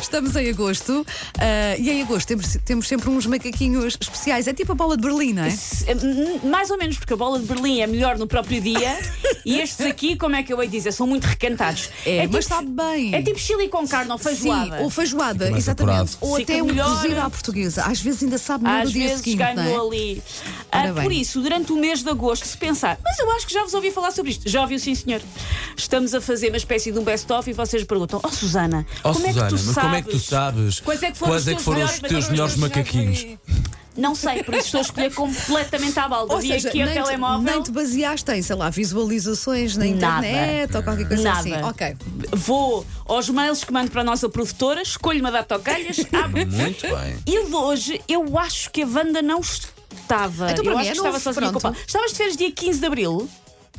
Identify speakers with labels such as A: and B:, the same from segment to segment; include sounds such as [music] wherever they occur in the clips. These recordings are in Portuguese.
A: Estamos em agosto ah, e em agosto temos, temos sempre uns macaquinhos especiais. É tipo a bola de Berlim, não é?
B: É, hum, Mais ou menos, porque a bola de Berlim é melhor no
A: [laughs]
B: próprio dia e estes aqui, como é que eu hei de dizer, são muito recantados.
A: É, mas sabe bem.
B: É tipo chili com carne ou feijoada.
A: Sim, ou feijoada,
C: mais
A: exatamente.
C: apurado.
A: Ou
B: Fica
A: até um
B: melhor.
A: cozido à portuguesa. Às vezes ainda sabe melhor
B: Às
A: o dia
B: vezes
A: seguinte.
B: ganho
A: não é?
B: ali.
A: Ora
B: Ah,
A: bem.
B: por isso, durante o mês de agosto, se pensar, mas eu acho que já vos ouvi falar sobre isto. Já ouviu, sim, senhor. Estamos a fazer uma espécie de um best-of e vocês perguntam: Oh, Susana,
C: Ó
B: como, é
C: Susana,
B: que tu
C: mas
B: sabes?
C: como é que tu sabes
B: Quais é que foram os teus melhores-
C: os teus melhores macaquinhos?
B: Não sei, por isso estou
A: [laughs]
B: a escolher completamente à balda.
A: Ou
B: Vi
A: seja,
B: aqui o
A: nem, te-
B: telemóvel.
A: nem te baseaste em, sei lá, visualizações na
B: Nada.
A: internet ou qualquer coisa
B: Nada.
A: assim. Ok.
B: Vou aos mails que mando para a nossa produtora, escolho uma data calhas, abro. [laughs]
C: Muito bem.
B: E o de hoje, eu acho que a Wanda não estava.
A: Então, para
B: eu
A: mim
B: acho
A: é
B: que estava
A: novo,
B: sozinha
A: pronto.
B: com o Paulo. Estavas de férias dia 15 de abril?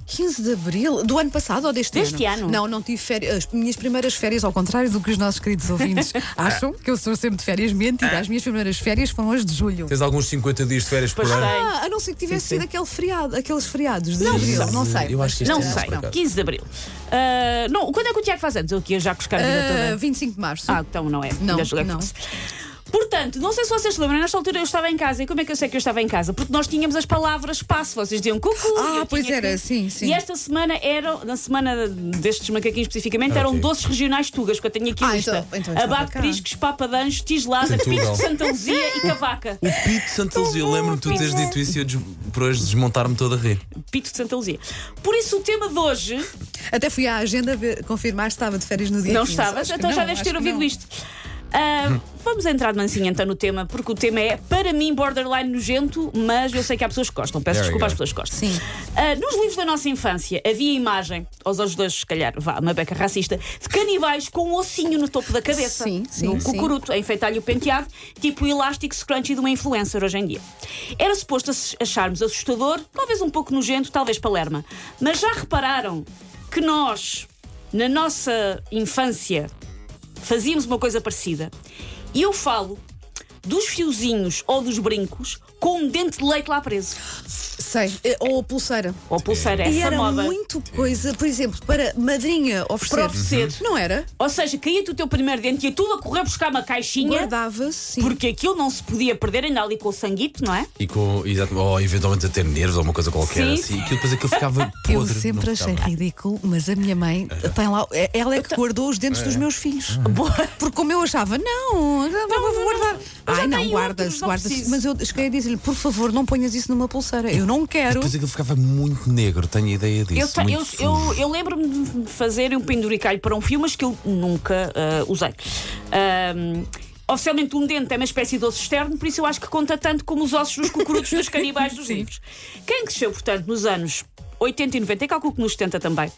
A: 15 de abril do ano passado ou deste,
B: Deste ano.
A: Não, não tive férias. As minhas primeiras férias, ao contrário do que os nossos queridos
B: [laughs]
A: ouvintes acham, que eu sou sempre de férias, mentira. As minhas primeiras férias foram as de julho.
C: Tens alguns 50 dias de férias por
B: Pois
C: ano?
B: tem.
A: Ah, a não ser que tivesse sido aquele feriado, aqueles feriados de abril,
C: sei.
A: não sei.
C: Eu acho que este
B: Não
C: é
B: sei,
C: por acaso.
B: 15 de Abril. Ah, não, quando é que o Tiago faz anos? Eu aqui já com os caras
A: Ah,
B: toda.
A: 25 de março.
B: Ah, então não é.
A: Não,
B: Ainda joguei com
A: não.
B: isso. Portanto, não sei se vocês se lembram, nesta altura eu estava em casa. E como é que eu sei que eu estava em casa? Porque nós tínhamos as palavras passo, vocês diziam cucu.
A: Ah,
B: e eu
A: pois
B: tinha
A: era,
B: que-
A: sim, sim.
B: E esta semana era, na semana destes macaquinhos especificamente, eram
C: ok.
B: doces regionais tugas, que eu tenho aqui a
A: Ah,
B: lista:
A: então- então estava
B: abate,
A: cá.
B: priscos, papadanjos, tigelada,
C: Tugal.
B: pisco de Santa Luzia
A: [laughs]
B: e cavaca.
C: O Pito de Santa Luzia, eu lembro-me de tu teres dito isso e eu des- por hoje desmontar-me toda a rir.
B: Pito de Santa Luzia. Por isso, o tema de hoje
A: Até fui à agenda ver- confirmar se estava de férias no dia
B: Não
A: 15.
B: estavas?
A: Acho que
B: Então
A: É
B: já
A: não,
B: deves
A: acho
B: ter
A: que
B: ouvido
A: não.
B: isto. Ah,
A: [laughs]
B: vamos entrar de mansinha então no tema, porque o tema é, para mim, borderline nojento, mas eu sei que há pessoas que gostam. Peço
C: There
B: desculpa
C: you
B: às
C: go.
B: pessoas que gostam.
A: Sim.
B: Ah, nos livros da nossa infância havia imagem, aos olhos de hoje, se calhar, vá, uma beca racista, de canibais com um ossinho no topo da cabeça.
A: Sim, sim,
B: No
A: sim.
B: cucuruto, a enfeitar-lhe o penteado, tipo o elástico scrunchy de uma influencer hoje em dia. Era suposto ass- acharmos assustador, talvez um pouco nojento, talvez palerma. Mas já repararam que nós, na nossa infância, fazíamos uma coisa parecida. E eu falo dos fiozinhos ou dos brincos com um dente de leite lá preso.
A: Sei. Eh, Ou pulseira.
B: Ou pulseira,
A: E
B: essa
A: era
B: moda.
A: muito coisa, por exemplo, para madrinha oferecer.
B: Para oferecer.
A: Não era?
B: Ou seja, caía-te o teu primeiro dente e ia tudo a correr buscar uma caixinha.
A: Guardava-se. sim.
B: Porque aquilo não se podia perder, ainda ali com o sanguito, não é?
C: E com, exato, ou eventualmente a ter nervos ou uma coisa qualquer
B: Sim.
C: assim. Aquilo depois
B: [laughs]
C: aquilo ficava podre.
A: Eu sempre
C: não
A: achei
C: ficava.
A: ridículo, mas a minha mãe tem lá. Ela é que guardou os dentes dos meus filhos. Porque como eu achava, não, eu vou
B: não,
A: guardar.
B: não. Eu já
A: Ai, não,
B: tenho
A: guarda-se,
B: outros, não
A: guarda-se.
B: preciso.
A: Mas eu cheguei a dizer-lhe, por favor, não ponhas isso numa pulseira. Eu não quero.
C: Depois aquilo ficava muito negro, tenho ideia
B: Eu,
C: disso.
B: ta-
C: muito
B: eu,
C: sujo.
B: eu, eu lembro-me de fazer um penduricalho para um fio, mas que eu nunca ah, usei. Ahm, oficialmente, um dente é uma espécie de osso externo, por isso eu acho que conta tanto como os ossos dos cucurutos dos canibais dos livros. Quem cresceu, portanto, nos anos 80 e 90, e calculo que nos 70 também,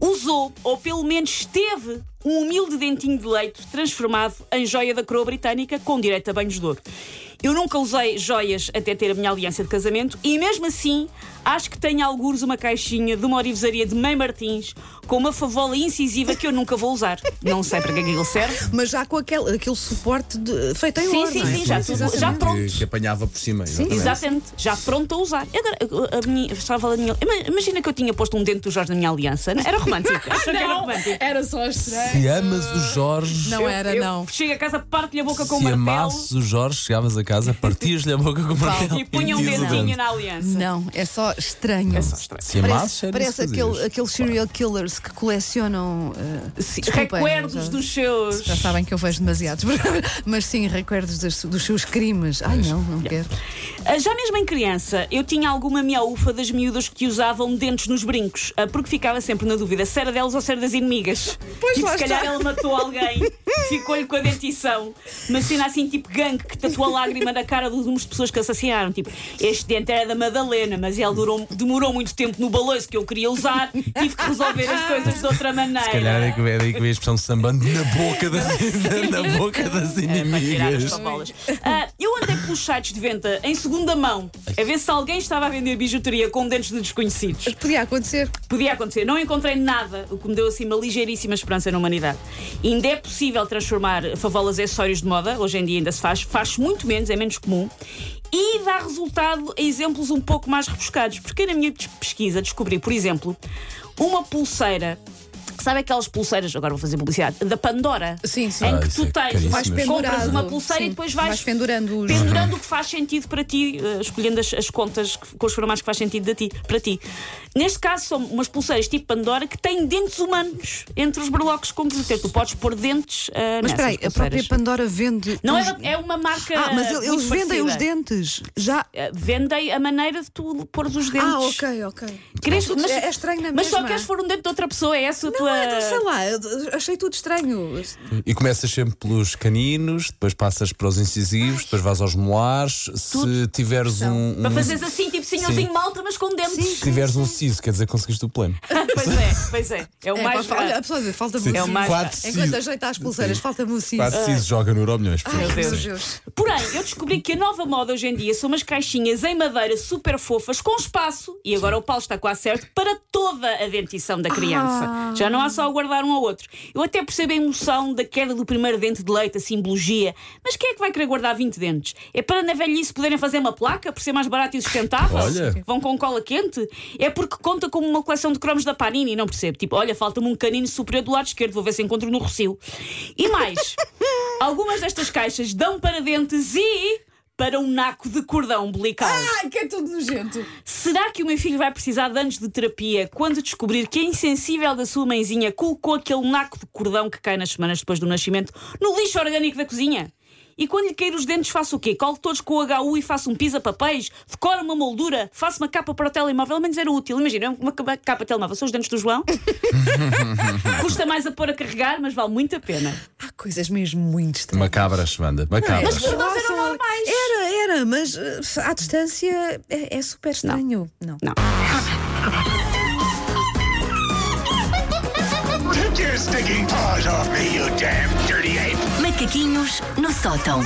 B: usou, ou pelo menos teve, um humilde dentinho de leite transformado em joia da coroa britânica com direito a banhos de ouro. Eu nunca usei joias até ter a minha aliança de casamento e mesmo assim acho que tenho alguns uma caixinha de uma orivesaria de Mãe Martins com uma favola incisiva que eu nunca vou usar. Não sei para que é que ele serve.
A: Mas já com aquele, aquele suporte de- feito em
B: Sim,
A: ouro,
B: sim,
A: não é?
B: sim, já tudo-
A: Exatamente.
B: já pronto.
C: Que, que apanhava por cima. exatamente.
B: Exatamente, já pronto a usar. Agora, a- a minha- estava a minha- ima- Imagina que eu tinha posto um dente do Jorge na minha aliança. né? Era
C: [laughs]
B: romântico. Achou que era romântico.
C: É.
A: Era só estranho.
C: Se amas o Jorge.
A: Não era,
B: Eu
A: não.
B: Chego a casa, parto-lhe a boca com um
C: Se
B: martelo
C: amasses o Jorge, chegavas a
B: [laughs]
C: casa, partias-lhe a boca com o martelo
B: e punha um
C: metias o
B: dentinho
C: dente.
B: na aliança.
A: Não, é só estranho.
C: Se amasses,
A: Parece,
C: era
A: parece
C: isso que
A: aquele,
C: fazias.
A: aqueles serial killers que colecionam. eh,
B: Sim,
A: desculpem,
B: Recuerdos
A: já-
B: dos seus.
A: Já sabem que eu vejo demasiados, [laughs] mas sim, recuerdos das- dos seus crimes. Ai, não, não quero.
B: Ah, Já mesmo em criança, eu tinha alguma miaufa das miúdas que usavam dentes nos brincos, ah, porque ficava sempre na dúvida se era delas ou se era das inimigas.
A: Pois
B: e
A: lá
B: se calhar
A: está.
B: ela matou alguém, ficou-lhe com a dentição. Uma cena assim tipo gangue que tatuou a lágrima na cara de umas pessoas que assassinaram. Tipo, este dente era da Madalena, mas ela durou- demorou muito tempo no balanço que eu queria usar, tive que resolver as coisas de outra maneira.
C: Se calhar é que é daí que vem a expressão de sambando na boca,
B: [laughs]
C: da, [laughs] na boca das
B: É para tirar as
C: inimigas.
B: sabolas. Ah, eu andei pelos sites de venda em segunda mão a ver se alguém estava a vender bijuteria com dentes de desconhecidos.
A: Podia acontecer.
B: Podia acontecer. Não encontrei nada, o que me deu assim uma ligeiríssima esperança na humanidade. Ainda é possível transformar favolas em acessórios de moda, hoje em dia ainda se faz, faz muito menos, é menos comum. e dá resultado a exemplos um pouco mais rebuscados, porque eu, na minha pesquisa descobri, por exemplo, uma pulseira. Sabe aquelas pulseiras, agora vou fazer publicidade, da Pandora?
A: Sim, sim.
B: Em
C: Ah,
B: que
C: isso
B: tu
C: é
B: tens,
C: caríssimo.
B: vais
C: Vais
B: compras
A: pendurado,
B: uma pulseira
A: sim.
B: e depois vais,
A: Vais pendurando os-
B: pendurando o que faz sentido para ti, eh, escolhendo as, as contas que- com os formatos que faz sentido de ti, para ti. Neste caso, são umas pulseiras tipo Pandora que têm dentes humanos entre os berloques com que tu tens. Tu podes pôr dentes eh,
A: Mas
B: nessas
A: espera aí, a própria
B: pulseiras.
A: Pandora vende.
B: Não
A: os-
B: é, é uma marca.
A: Ah, mas
B: muito
A: eles vendem os
B: parecida.
A: dentes. Já.
B: Eh, Vendem a maneira de tu pôres os dentes.
A: Ah, ok, ok.
B: Queres-
A: Tudo-
B: mas,
A: é- é estranho na
B: Mas só
A: mesma.
B: queres pôr um dente de outra pessoa, é essa a tua.
A: Não, é, então, sei lá, eu- achei tudo estranho.
C: E começas sempre pelos caninos, depois passas para os incisivos, depois vais aos molares. Se tiveres um.
B: Para
C: um-
B: fazeres assim, tipo sinhalzinho malta, mas com dentes.
C: se tiveres um siso, quer dizer, conseguiste o pleno.
B: [laughs] Pois é, pois é. É o
A: É,
B: mais.
A: pá, olha, a pessoa diz, falta-me o
C: Sim.
B: É Ah. o
A: siso.
B: mais-
C: Quatro sisos.
A: Enquanto ajeita as pulseiras,
C: Sim.
A: falta-me o siso.
C: Quatro sisos joga no Euromilhões. por
A: Ai,
C: exemplo.
A: meu
B: Deus.
A: Deus.
B: Porém, eu descobri que a nova moda hoje em dia são umas caixinhas em madeira super fofas, com espaço, e agora o Paulo está quase certo, para toda a dentição da criança. Já não há só guardar um ao outro. Eu até percebo a emoção da queda do primeiro dente de leite, a simbologia, mas quem é que vai querer guardar 20 dentes? É para na velhice poderem fazer uma placa, por ser mais barato e sustentável?
C: Olha.
B: Vão com cola quente? É porque conta como uma coleção de cromos da Panini, não percebo. Tipo, olha, falta-me um canino superior do lado esquerdo, vou ver se encontro no recio. E mais, algumas destas caixas dão para dentes e para um naco de cordão umbilical.
A: Ai, que é tudo nojento.
B: Será que o meu filho vai precisar de anos de terapia quando descobrir que a insensível da sua mãezinha colocou aquele naco de cordão que cai nas semanas depois do nascimento no lixo orgânico da cozinha? E quando lhe cair os dentes, faço o quê? Colo todos com o HU e faço um pisa-papéis? Decoro uma moldura? Faço uma capa para o telemóvel? Ao menos era útil. Imagina, uma capa capa de telemóvel. São os dentes do João? [laughs] Custa mais a pôr a carregar, mas vale muito a pena.
A: Há coisas mesmo muito estranhas.
C: Macabras, Wanda. Macabras.
B: Mas para nós eram normais.
A: Era, era, mas eh, à distância é, é super estranho. Não.
B: Não.
D: Take your stinking paws off me, you damn dirty ape!
E: Macaquinhos no sótão.